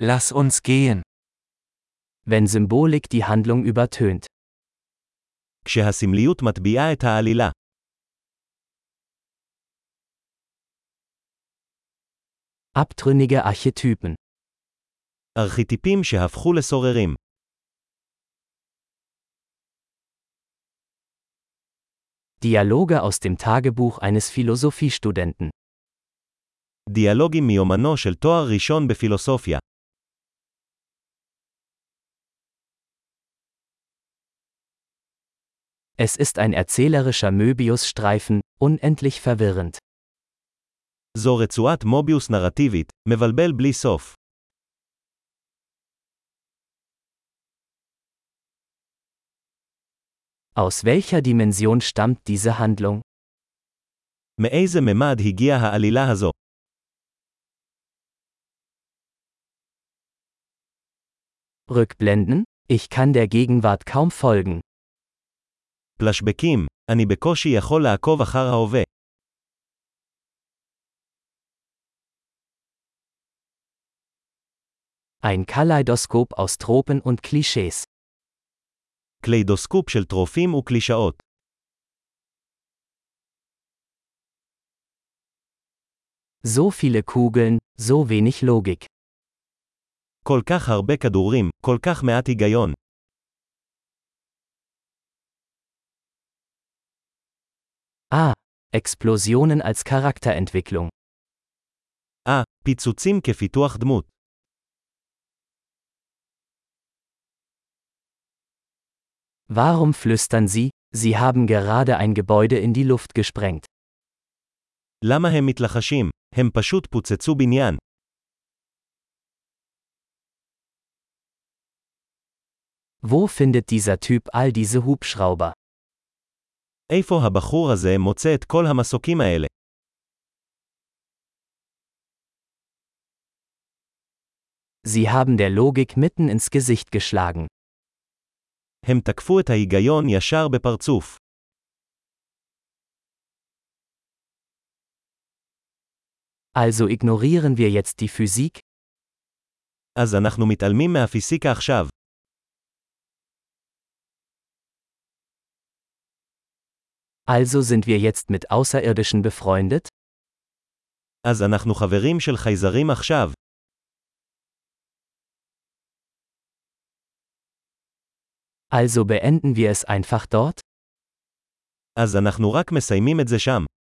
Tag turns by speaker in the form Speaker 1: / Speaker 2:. Speaker 1: Lass uns gehen.
Speaker 2: wenn Symbolik die Handlung übertönt.
Speaker 3: כשהסמליות מטביעה את העלילה.
Speaker 2: Abtrünnige Archetypen.
Speaker 3: ארכיטיפים שהפכו לסוררים.
Speaker 2: Dialoge aus dem Tagebuch eines Philosophiestudenten.
Speaker 3: דיאלוגים מיומנו של תואר ראשון בפילוסופיה.
Speaker 2: Es ist ein erzählerischer Möbiusstreifen, unendlich verwirrend.
Speaker 3: זו רצועת מוביוס נרטיבית, מבלבל בלי סוף.
Speaker 2: Aus welcher Dimension stammt diese Handlung?
Speaker 3: מאיזה ממד הגיעה העלילה הזו?
Speaker 2: Rückblenden? Ich kann der Gegenwart kaum folgen.
Speaker 3: פלשבקים, אני בקושי יכול לעקוב אחר ההווה.
Speaker 2: Ein Kaleidoskop aus Tropen und Klischees.
Speaker 3: קליידוסקופ של טרופים וקלישאות.
Speaker 2: So viele Kugeln, so wenig Logik.
Speaker 3: כל כך הרבה כדורים, כל כך מעט היגיון.
Speaker 2: Ah, Explosionen als Charakterentwicklung.
Speaker 3: אה, פיצוצים כפיתוח דמות.
Speaker 2: Warum flüstern Sie, Sie haben gerade ein Gebäude in die Luft gesprengt?
Speaker 3: למה הם מתלחשים? הם פשוט פוצצו בניין.
Speaker 2: Wo findet dieser Typ all diese Hubschrauber?
Speaker 3: איפה הבחור הזה מוצא את כל המסוקים האלה?
Speaker 2: Sie haben der Logik mitten ins Gesicht geschlagen.
Speaker 3: הם תקפו את ההיגיון ישר בפרצוף.
Speaker 2: Also ignorieren wir jetzt die Physik?
Speaker 3: אז אנחנו מתעלמים מהפיסיקה עכשיו.
Speaker 2: Also sind wir jetzt mit Außerirdischen befreundet?
Speaker 3: אז אנחנו חברים של חייזרים עכשיו.
Speaker 2: Also beenden wir es einfach dort?
Speaker 3: אז אנחנו רק מסיימים את זה שם.